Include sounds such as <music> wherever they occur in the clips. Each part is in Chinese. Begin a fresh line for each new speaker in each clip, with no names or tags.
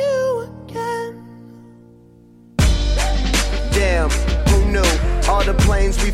you again.
Damn, who knew? All the planes we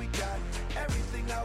we got? Everything I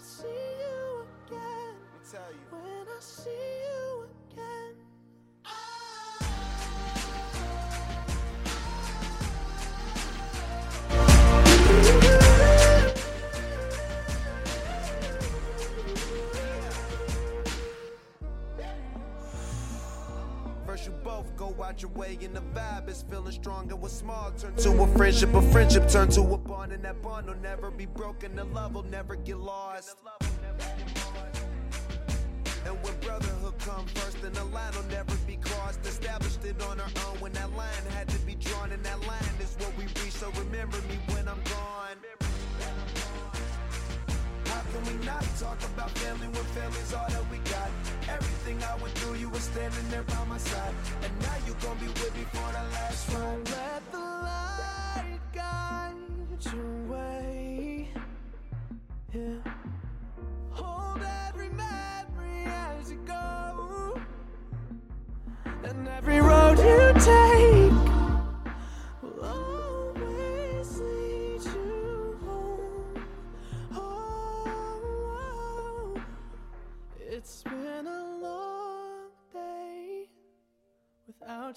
see you again.
Let me tell you.
When I see you again.
First you both go out your way and the vibe is feeling strong and what's small turn to a friendship, a friendship turn to a bond and that bond will never be broken, the love will never get lost. And when brotherhood come first, then the line will never be crossed. Established it on our own when that line had to be drawn, and that line is what we reach. So remember me when I'm gone. How can we not talk about family when family's all that we got? Everything I went through, you were standing there by my side, and now you gon' be with me for the last ride.
Don't let the light guide your way. Yeah. Hold every memory as you go. And every road you take will always lead you home. Oh, it's been a long day without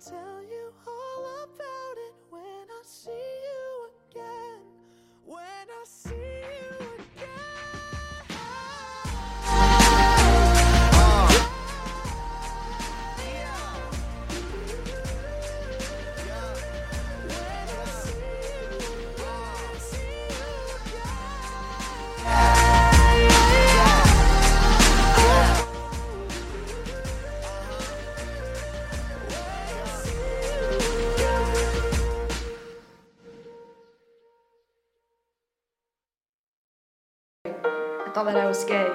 tell you all about it when I see you again. When I see you again.
I thought that I was gay.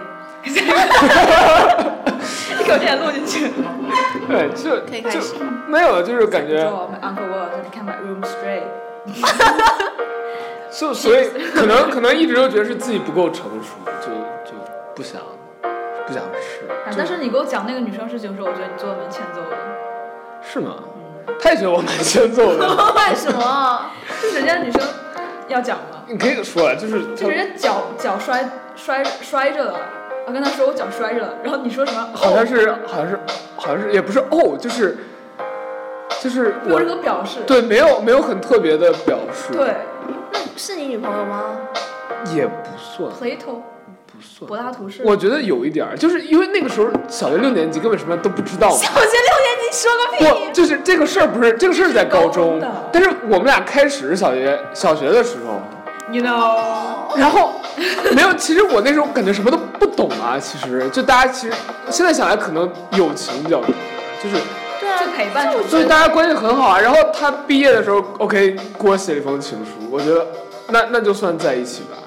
一口电录进去。
对，就
可以开始
就没有，就是感觉
说 my uncle was，说你看 my room straight。
就所
<laughs>
以可能可能一直都觉得是自己不够成熟，就就不想不想试。
啊
就
但是你给我讲那个女生事情的时候，我觉得你做的蛮欠揍的。
是吗？
嗯
他也觉得我蛮欠
<laughs>
揍的，
为什么？ <laughs> 就是人家女生要讲吗？
你可以说啊，就是他
就是人家脚脚摔摔摔着了。我跟他说我脚摔着了，然后你说什么？哦
好像是好像是好像是也不是哦，就是就是
没有
我
任何表示。
对没有没有很特别的表述，
对，
那是你女朋友吗？
也不算
Plato
不
柏
算。
拉图式。
我觉得有一点儿，就是因为那个时候小学六年级根本什么都不知道嘛，
小学六年级说
<laughs>
个屁！
不，就是这个事儿不是这个事儿在高
是高中
中
的，
但是我们俩开始是小学小学的时候，
You know，
然后没有，其实我那时候感觉什么都不懂啊，其实就大家其实现在想来可能友情比较重要，就是
对啊，
就陪伴着
所以大家关系很好啊。然后他毕业的时候，OK 给我写了一封情书，我觉得那那就算在一起吧。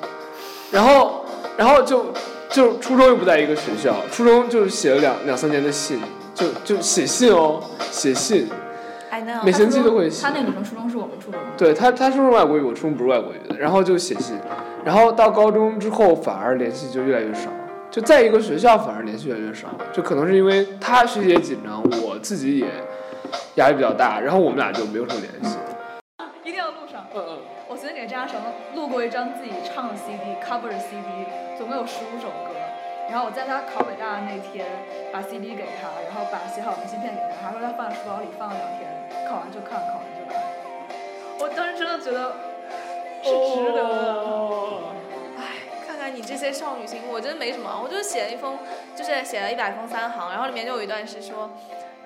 然后然后就就初中又不在一个学校，初中就写了两两三年的信，就就写信哦，写信，
I know。
每星期都会写
他。那个女生初中是我们初中，
对他，他初中外国语，我初中不是外国语的，然后就写信，然后到高中之后反而联系就越来越少，就在一个学校反而联系越来越少，就可能是因为他学习也紧张，我自己也压力比较大，然后我们俩就没有什么联系。
一定要录上。
嗯嗯，
我曾经给张亚成录过一张自己唱的 CD cover 的 CD，总共有十五首歌。然后我在他考北大那天把 CD 给他，然后把写好明信片给他，他说他放在书包里放了两天，考完就看，考完就看。我当时真的觉得是值得的。
哎，哦看看你这些少女心，我真没什么，我就写了一封，就是写了一百封三行，然后里面就有一段是说，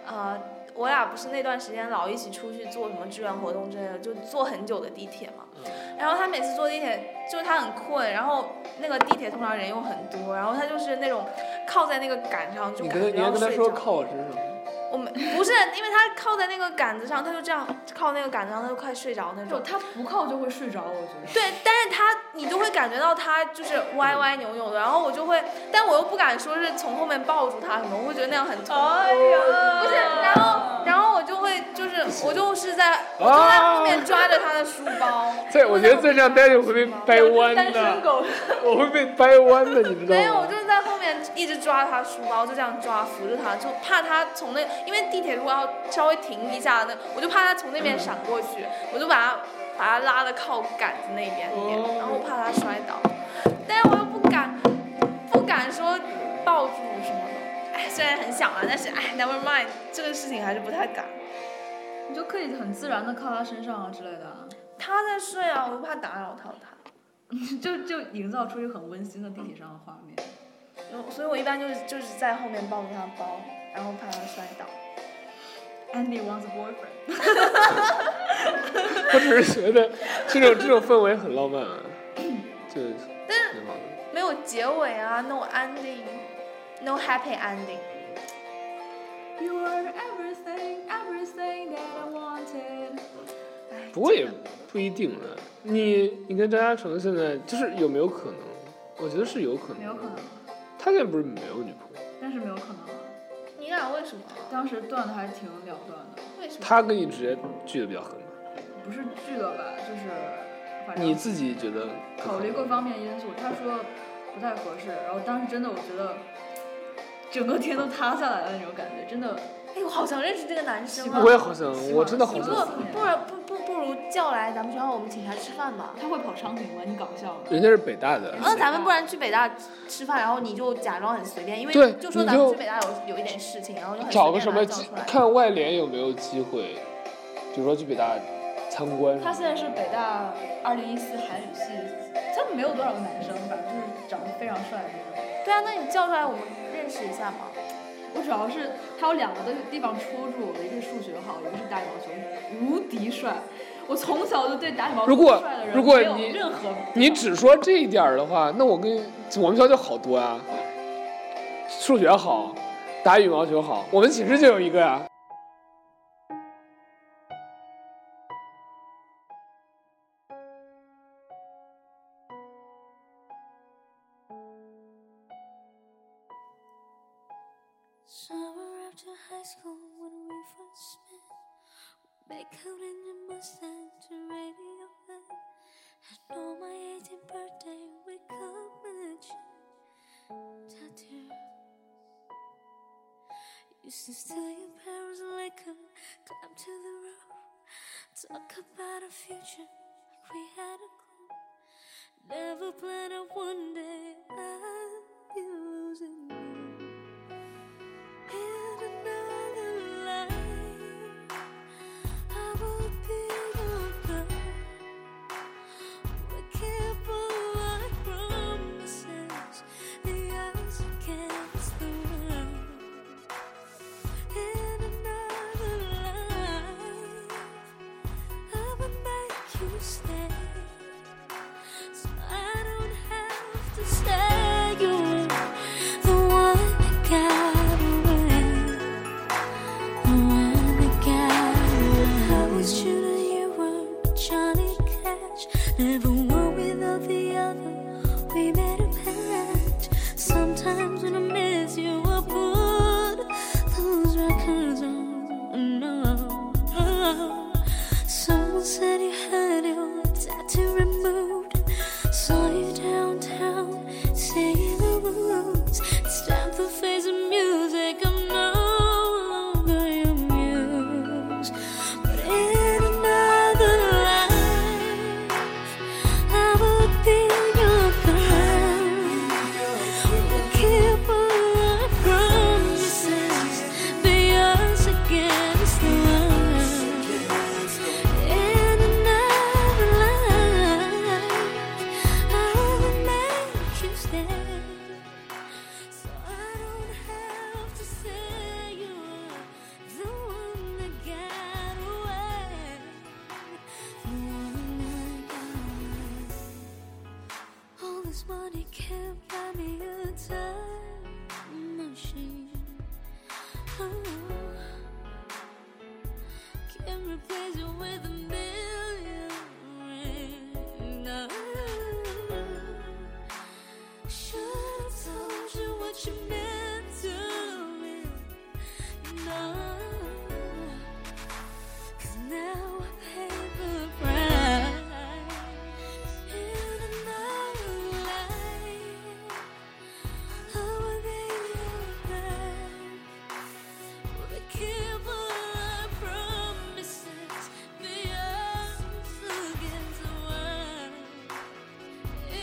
呃，我俩不是那段时间老一起出去做什么志愿活动之类的，就坐很久的地铁嘛。
嗯
然后他每次坐地铁，就是他很困，然后那个地铁通常人又很多，然后他就是那种靠在那个杆上就
你
感
跟他，
觉
你还
要
跟他
睡
说
着。
靠我身上，
我们不是，因为他靠在那个杆子上，他就这样靠那个杆子上，他就快睡着那
就
种。
他不靠就会睡着，我觉得。
对，但是他你就会感觉到他就是歪歪扭扭的，然后我就会，但我又不敢说是从后面抱住他什么，我会觉得那样很痛苦。
哎呀
不是，然后然后我就会就是我就是在我就在后面抓着他的书包。
啊对，我觉得在这样待着我会被掰弯
单身
的，
狗。
我会被掰弯的，你知道吗？
没有，我就是在后面一直抓他书包，就这样抓，扶着他，就怕他从那，因为地铁如果要稍微停一下，那我就怕他从那边闪过去，我就把他把他拉的靠杆子那边一点，然后我怕他摔倒，但是我又不敢不敢说抱住什么的，哎，虽然很想啊，但是哎，never mind，这个事情还是不太敢。
你就可以很自然的靠他身上啊之类的啊，
他在睡啊，我又怕打扰到他。
就就营造出一个很温馨的地铁上的画面。
嗯，所以我一般就是就是在后面抱着他包，然后怕他摔倒。
Andy wants a boyfriend。
我只是觉得这种这种氛围很浪漫、啊，就挺好的。
没有结尾啊，no ending，no happy ending。
You were everything, everything that I wanted。
不过也不一定了。你你跟张嘉诚现在就是有没有可能？我觉得是有可能。
没有可能，。
他现在不是没有女朋友，
但是没有可能啊。
你俩为什么？
当时断的还挺了断的，
为什么？
他跟你直接聚的比较狠吧。
不是剧了吧？就是反正
你自己觉得不可能？
考虑各方面因素，他说不太合适，然后当时真的我觉得整个天都塌下来了那种感觉，真的。
哎，我好想认识这个男生
方
啊
我！也好想
希，望
我真的好
你
希
不
望
想。
不不不不如叫来咱们学校，我们请他吃饭吧。
他会跑长途吗？你搞笑吗？
人家是北大的，
嗯，咱们不然去北大吃饭，然后你就假装很随便，因
对
为就说咱
你
们
就
去北大有有一点事情，然后就很
找个
随便
什
把
么
他叫
机
出来。
看外联有没有机会，比如说去北大参观什
他
么
现在是北大二零一四韩语系，他们没有多少个男生，反正就是长得非常帅的那种。
对啊，那你叫出来我们认识一下嘛。
我主要是他有两个的地方戳住我的，一个是数学好，一个是打羽毛球，无敌帅。我从小就对打羽毛球
如果
帅的人
如果
没有
你
任何
你只说这一点儿的话，那我跟我们学校就好多啊，数学好，打羽毛球好，我们寝室就有一个啊呀、
Summer after high school when we first met Make out in the Mustang to radio land And on my 18th birthday we come and Tattoo Used to steal your parents' liquor Climb to the roof Talk about our future like we had a clue Never planned that one day I'd be losing you in another life, I will be your girl. We can't pull our promises, the odds against the world. In another life, I will make you stay, so I don't have to stay. You're the one that got away. The one that got away. I was Judas, you were Johnny Cash. Never one without the other. We made a match. Sometimes when I miss you, I put those records on. And said you had your tattoo removed. Saw you downtown, singing the blues. Stamp the face of music. I'm no longer your muse. But in another life, I would be your friend. We'll keep all our promises. Be us against the world. In another life, I will make you stay, so I don't have to say you're the one that got away, the one that got All this money can't buy me a time machine. Oh. Can't replace you with a million rings. No. Should've told you what you meant to me. No. 'Cause now I pay the price. In another life, I would be your friend. Will they keep our promises? Be us against the world.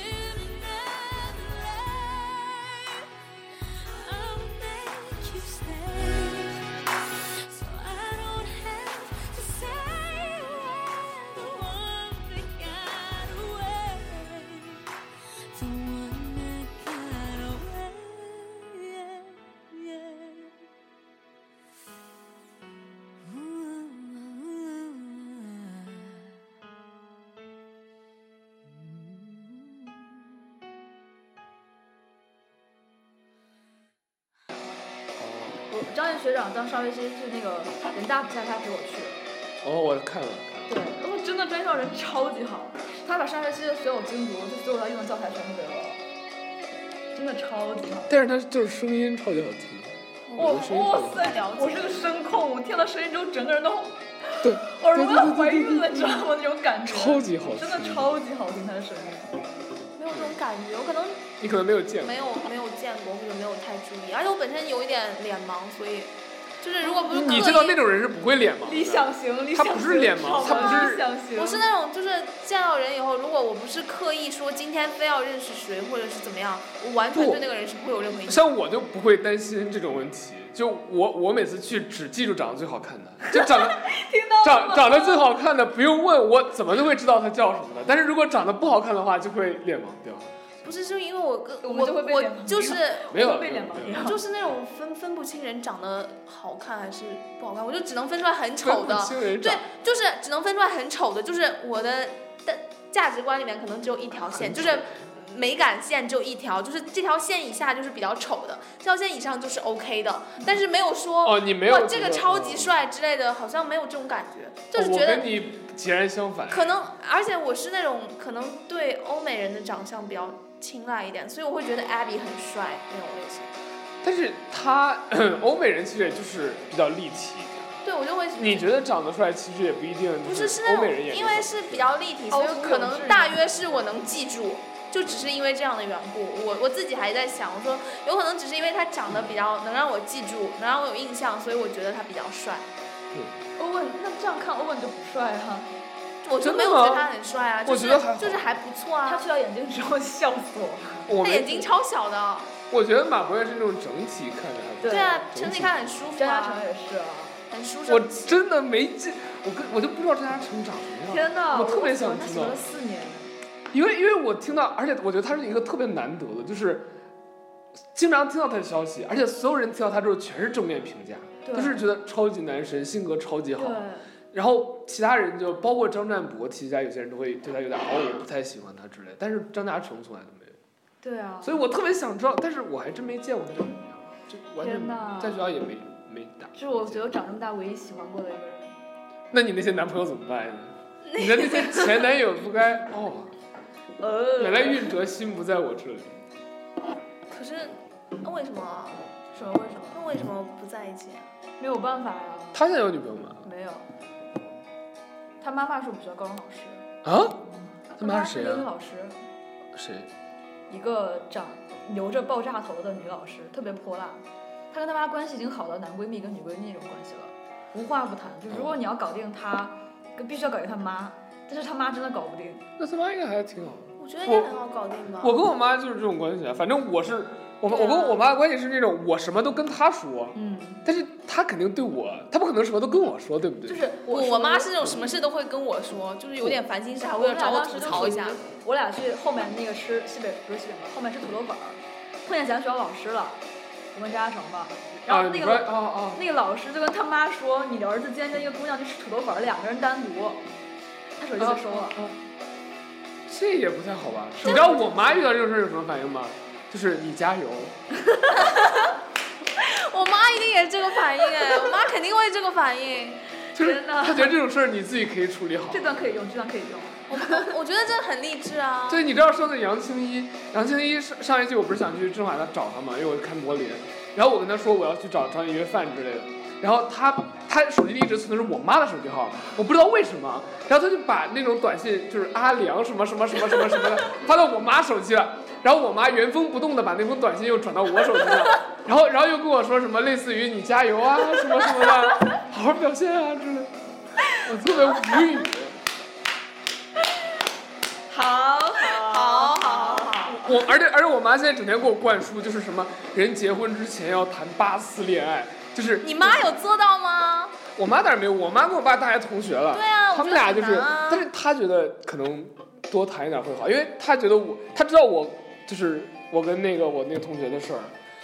In another life, I'll make you stay, so I don't have to say you're the one that got away, the one that got away. Yeah.
我张毅学长当少爷其实是那个人大不下他陪我去的。
哦，我看了，
对，我真的专校人超级好，他把上学期的所有精读，就所有他用的教材全部给我了，真的超级好。
但是他就是声音超级好听，
我
我的声音
哇
超级好听。
啊
塞，我是个声控，我听了声音之后整个人都，
对，
我如
对
果要
对
怀
对对
孕
对
了，你知道吗？那种感觉，
超级好听
真的超级好听他的声音。
没有这种感觉，我可能
你可能没有见过
没。有没有见过或者没有太注意，而且我本身有一点脸盲，所以就是如果不是刻意
你知道那种人是不会脸盲的。
理想型，理想型，
他不是脸盲他不是
理想型，
我是那种就是见到人以后，如果我不是刻意说今天非要认识谁或者是怎么样，我完全
不
对那个人是不会有任何印象。
像我就不会担心这种问题，就我我每次去只记住长得最好看的，就长得 <laughs>
听到了
长
吗
长得最好看的不用问我怎么都会知道他叫什么的，但是如果长得不好看的话就会脸盲掉。
不是，就是因为我跟
我们
我
就会被
我
脸盲 <laughs>
就是
没有啊
会被脸盲
没有
掉
我就是那种分分不清人长得好看还是不好看，我就只能分出来很 <laughs> 丑的
分不。清人
对
长，
就是只能分出来很丑的，就是我的的价值观里面可能只有一条线，
很
就
丑
是美感线只有一条，就是这条线以下就是比较丑的，这条线以上就是 OK 的，但是没有说
哦，你没
哇
有
这
觉
个
得
超级，帅之类的，好像没有这种感觉，就
哦
是
我
觉得
跟你截然相反。
可能，而且我是那种可能对欧美人的长相比较青睐一点，所以我会觉得 Abby 很帅那种类型。
但是他 <clears throat> 欧美人其实也就是比较立体一
对，我就会
点，你觉得长得帅其实也不一定
不
就是
是那
欧
种
美人，眼
因
中
为是比较立体，所以可能大约是我能记住，就只是因为这样的缘故。我我自己还在想，我说有可能只是因为他长得比较能让我记住，能让我有印象，所以我觉得他比较帅。
欧文，那这样看欧文就不帅哈、
我就
真的
没有觉得
吗
他很帅啊，就
我
是
觉得还好
就是还不错
他
啊。
去掉眼镜之后笑死我了。
我
他
没
眼睛超小的，
我觉得马博也是那种整体看着还不错。
对啊，
整
整体
体
看很舒服
张嘉
啊
诚，也是啊。
很舒
我
适。
真的没见，我跟我就不知道这家成长什么样，
天哪！
我特别想
我他
知
学
道
了四年，
因为因为我听到，而且我觉得他是一个特别难得的，就是经常听到他的消息，而且所有人听到他之后全是正面评价，
对
都是觉得超级男神，性格超级
对
好。然后其他人就包括张占博，其他有些人都会对他有点哦，我不太喜欢他之类，但是张嘉诚从来都没有，
对啊。
所以我特别想知道，但是我还真没见过他长什么样，就完
天
全
哪！
在学校也没没打。
这是我觉得长这么大唯一喜欢过的一个人。
那你那些男朋友怎么办呀？你的那些前男友不该哦，
<laughs> 呃
原来运哲心不在我这里。
可是那为什么啊？
什么？为什么？
那为什么不在一起啊？
没有办法呀、
他现在有女朋友吗？
没有。他妈妈是我们学校高中老师，
啊？他
妈
妈是
是
谁
英语
啊？
老师，
谁？
一个长留着爆炸头的女老师，特别泼辣。她跟她妈关系已经好到男闺蜜跟女闺蜜那种关系了，无话不谈。就如果你要搞定她，跟必须要搞定她妈，但是她妈真的搞不定。
那他妈应该还挺好的。
我觉得应该很好搞定
啊
吧。
我跟我妈就是这种关系啊，反正我是我们、
对
我
啊
跟我妈的关系是那种我什么都跟她说，
嗯，
但是她肯定对我，她不可能什么都跟我说，对不对？
就是
我
我
我妈是那种什么事都会跟我说，就是有点烦心事还会
我
要
俩
找我
当
吐
时就
槽一下
属于。我俩去后面那个吃西北不是西北门，后面吃土豆粉儿，碰见咱学校老师了，我跟张嘉诚吧。然后
啊，
那
你
个
不
老、
要啊啊，
那个老师就跟他妈说，你的儿子今天跟一个姑娘去吃土豆粉儿，两个人单独，他手机
啊
就收了。
这也不太好吧？你知道我妈遇到这种事儿有什么反应吗？就是你加油，
我妈一定也是这个反应哎，我妈肯定会这个反应。
就是
真的 <laughs>
她觉得这种事儿你自己可以处理好
这。段可以用，这段可以用。
我觉得这很励志啊。
对，你知道上次杨青一，杨青一上上一季我不是想去中华大找他嘛，因为我是看柏林，然后我跟他说我要去找张一约饭之类的，然后他他手机里一直存的是我妈的手机号，我不知道为什么，然后他就把那种短信就是阿良什么什么什么什么什么的发到我妈手机了，然后我妈原封不动的把那封短信又转到我手机上，然后然后又跟我说什么类似于你加油啊什么什么的，好好表现啊之类的，我特别无语。
好好
好好好。
我而且而且我妈现在整天给我灌输，就是什么人结婚之前要谈八次恋爱，就是
你妈有做到吗？
我妈当然没有，我妈跟我爸大学同学了，
对啊
他们
我觉得
俩
很
就是，
难啊
但是她觉得可能多谈一点会好，因为她觉得我，她知道我就是我跟那个我那个同学的事儿。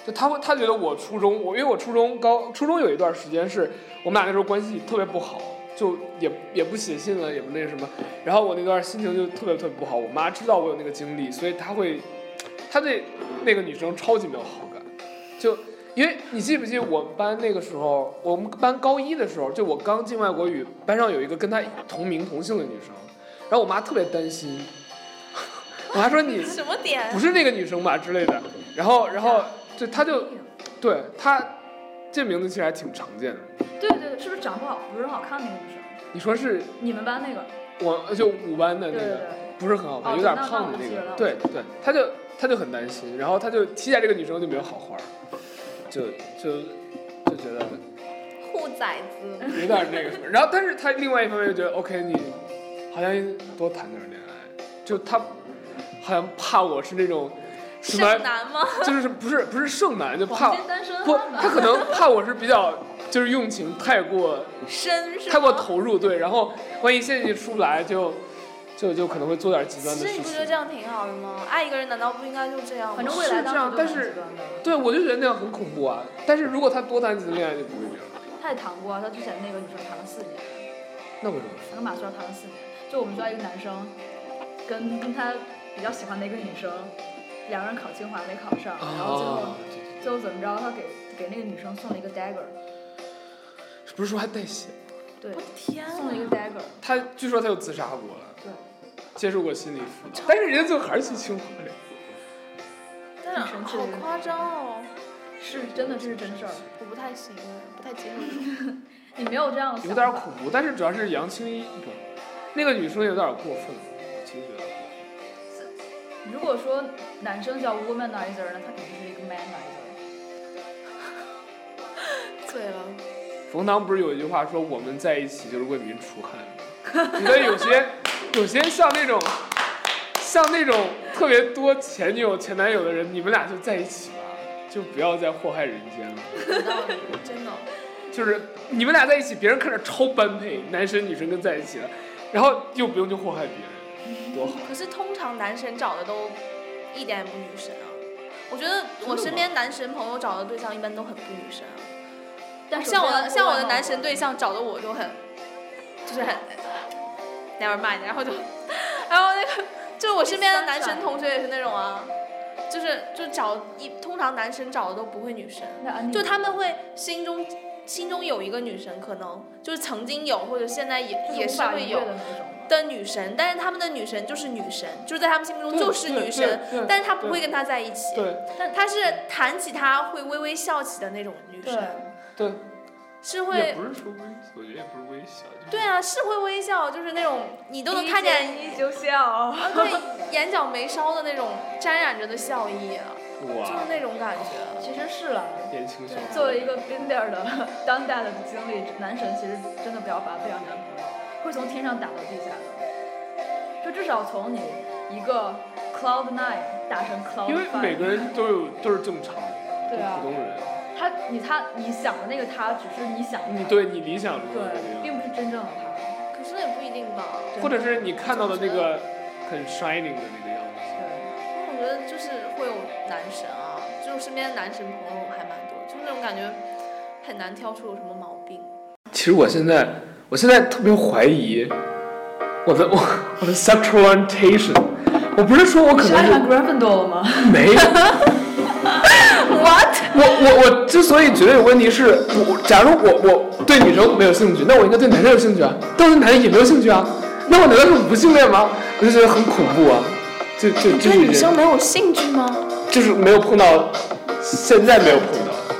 就她会，她觉得我初中，我因为我初中高初中有一段时间是我们俩那时候关系特别不好，就也也不写信了，也不那什么，然后我那段心情就特别特别不好。我妈知道我有那个经历，所以她会，她对那个女生超级没有好感。就因为你记不记我们班那个时候，我们班高一的时候，就我刚进外国语，班上有一个跟她同名同姓的女生，然后我妈特别担心，我妈说你
什么点
不？是那个女生吧之类的，然后然后就她就对她这名字其实还挺常见的，
对对对，是不是长不好，不是很好看那个女生？
你说是
你们班那个？
我呃就五班的那
对
个。
对对。
不是很好看，
哦
有点
那那我
胖的那
记
个
得，了
对对，他就他就很担心，然后他就期待这个女生就没有好话儿，就就就觉得
护崽子。
有点那个什么，然后但是他另外一方面又觉得 OK，你好像多谈点恋爱，就他好像怕我是那种什么
剩，男吗？
就是不是不是剩男，就怕
黄金单身
不
汉，
他
吧。
可能怕我是比较就是用情太过
生是吗
太过投入，对，然后万一陷进去出不来就。就就可能会做点极端的事
其实
情。
你不觉得这样挺好的吗？爱一个人难道不应该就这样吗？
反正未来当时
是这样但是对，我就觉得那样很恐怖啊。但是如果他多谈几次恋爱就不会这样，
他也谈过啊，他之前那个女生谈了四年。
那为什么？
他跟马学校谈了四年，就我们学校一个男生，跟跟他比较喜欢的一个女生，两个人考清华没考上，然后最后、
啊，
最后怎么着，他给给那个女生送了一个 dagger，
不是说还带血？
对
我，的天啊！
送了一个 dagger，
他据说他又自杀过了，
对，
接受过心理辅导，但是人家最后还是去清华了。
但是好夸张哦！
是真的，这是真事儿，
我不太行，不太接受这种。
你没有这样的想法
有点恐怖，但是主要是杨青一不，那个女生有点过分，我其实觉得。
如果说男生叫 womanizer 呢，他肯定是一个 manizer，
醉了，
冯唐不是有一句话说我们在一起就是为民除害吗？觉得有些有些像那种像那种特别多前女友前男友的人，你们俩就在一起吧，就不要再祸害人间了。
有道理，真的。
就是你们俩在一起，别人看着超般配，男神女神跟在一起了，然后又不用去祸害别人，多好。
可是通常男神找的都一点也不女神啊。我觉得我身边男神朋友找的对象一般都很不女神啊。
但是
像我
这样
的像我的男神
外貌
对象找的我就很，就是 <laughs> 很 never mind，然后就， <laughs> 然后那个就是我身边的男神同学也是那种啊，就是就找一通常男神找的都不会女神，啊
那安妮
就他们会心中心中有一个女神，可能就是曾经有或者现在也
就是
也
无
是
法
会
逾
有
越的那种嘛。
的女神，但是他们的女神就是女神，就是在他们心目中
对
就是
对
女神
对对，
但是她不
对
会跟她在一起，
对
她是谈起她会微微笑起的那种女
对
神。
对，
是
也
会
不是说微，我觉得也不是微笑，就是
对啊，是会微笑，就是那种你都能看见，
见依旧 <laughs> 笑。
呃
啊对，眼角眉梢的那种沾染着的笑意啊，就是
哇，
那种感觉。
其实是了，
年轻小伙
作为一个 been there 的 <laughs> 当代的经历，男神其实真的不要把他非常难评，会从天上打到地下的，就至少从你一个 cloud nine 打成 cloud
因为
five。
每个人都有都是正常人，
对啊
普通人，
他你他你想的那个他，只是你想的
你
他
嗯对你理想中的
对，
那
并
个，
不是真正的他。
可是那也不一定吧，
或者是你看到的那个很 shining 的那个样
对
子，
我觉得就是会有男神啊，就是身边的男神朋友还蛮多，就是那种感觉很难挑出有什么毛病。
其实我现在，我现在特别怀疑我的我我的 sexual orientation。我不是说我可
<laughs> 是啊
能
爱
是
上 Gryffindor 了吗？
没有，what？我我我之所以觉得有问题是，我我假如我我对女生没有兴趣，那我应该对男生有兴趣啊，但我对男生也没有兴趣啊，那我难道是无性恋吗？我就觉得很恐怖啊，就就就
对
是
女生没有兴趣吗？
就是没有碰到，现在没有碰到，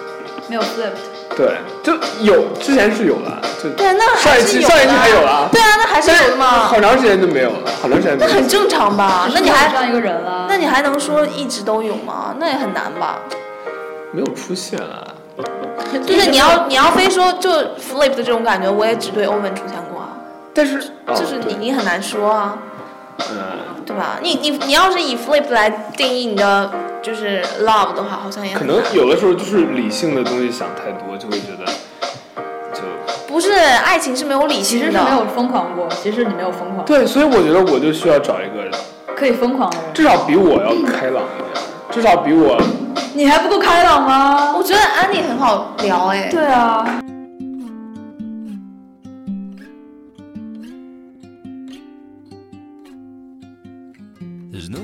没有 flipped。
对，就有之前是有了，就
对，那
上
还
一期
是有
上一
的
期还有了
对啊，那还是有的嘛，
好长时间就没有了，好长时间没
那
有了
很。正常吧？那你
爱上
还
一个人
啊
了？
那你还能说一直都有吗？那也很难吧？
没有出现啊。
就是你要你要非说就 flip 的这种感觉，我也只对欧文出现过啊，
但是哦
就是你你很难说啊，
嗯，
对吧？你你你要是以 flip 来定义你的就是 love 的话，好像也
可
很
能
难
有的时候就是理性的东西想太多，就会觉得就
不是爱情是没有理
其实
性
是没
的，
有疯狂过，其实你没有疯狂，
对，所以我觉得我就需要找一个
可以疯狂的人。
至少比我要开朗一点，至少比我
你还不够开朗吗？
我觉得安妮很好聊哎，
对啊，
There's no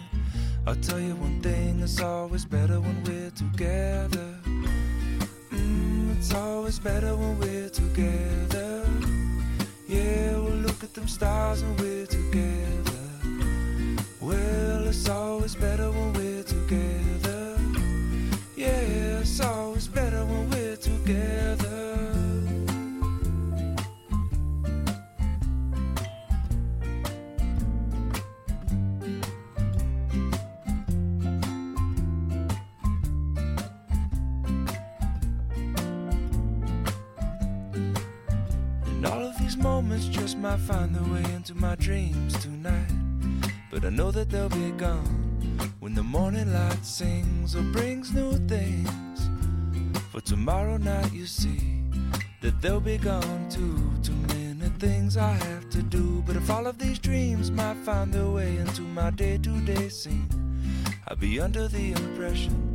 I'll tell you one thing it's always better when we're together. Mm, it's always better when we're together. Yeah, we'll look at them stars when we're together. Well, it's always better when we're together. Yeah, it's always better when we're together. And all of these moments just might find their way into my dreams tonight. But I know that they'll be gone when the morning light sings or brings new things. For tomorrow night, you see that they'll be gone too. Too many things I have to do. But if all of these dreams might find their way into my day to day scene, I'd be under the impression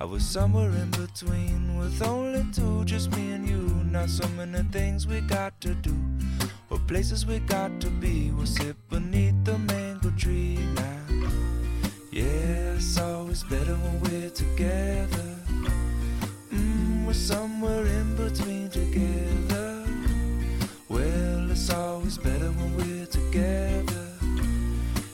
I was somewhere in between with only two, just me and you. Not so many things we got to do, or places we got to be. We'll sit beneath the mango tree now. Yeah, it's always better when we're together. Mm, we're somewhere in between together. Well, it's always better when we're together.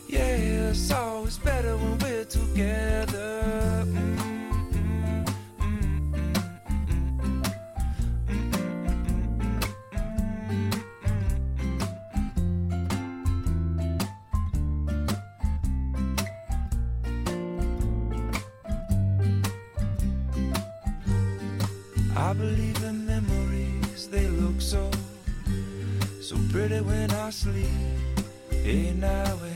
Yeah, it's always better when we're together. Mm, mm, mm, mm, mm, mm. I believe in memories, they look so, so pretty when I sleep. And I wake,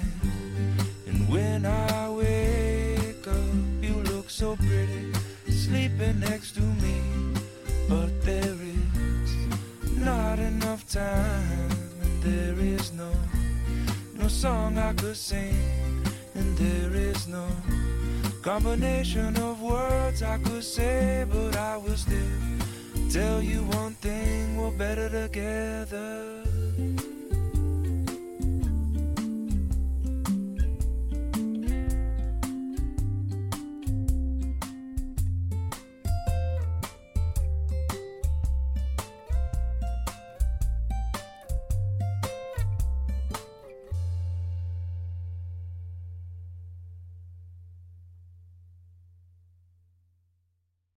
and when I wake up, you look so pretty, sleeping next to me. But there is not enough time, and there is no, no song I could sing, and there is no combination of words I could say, but I will still tell you one thing
we're better together.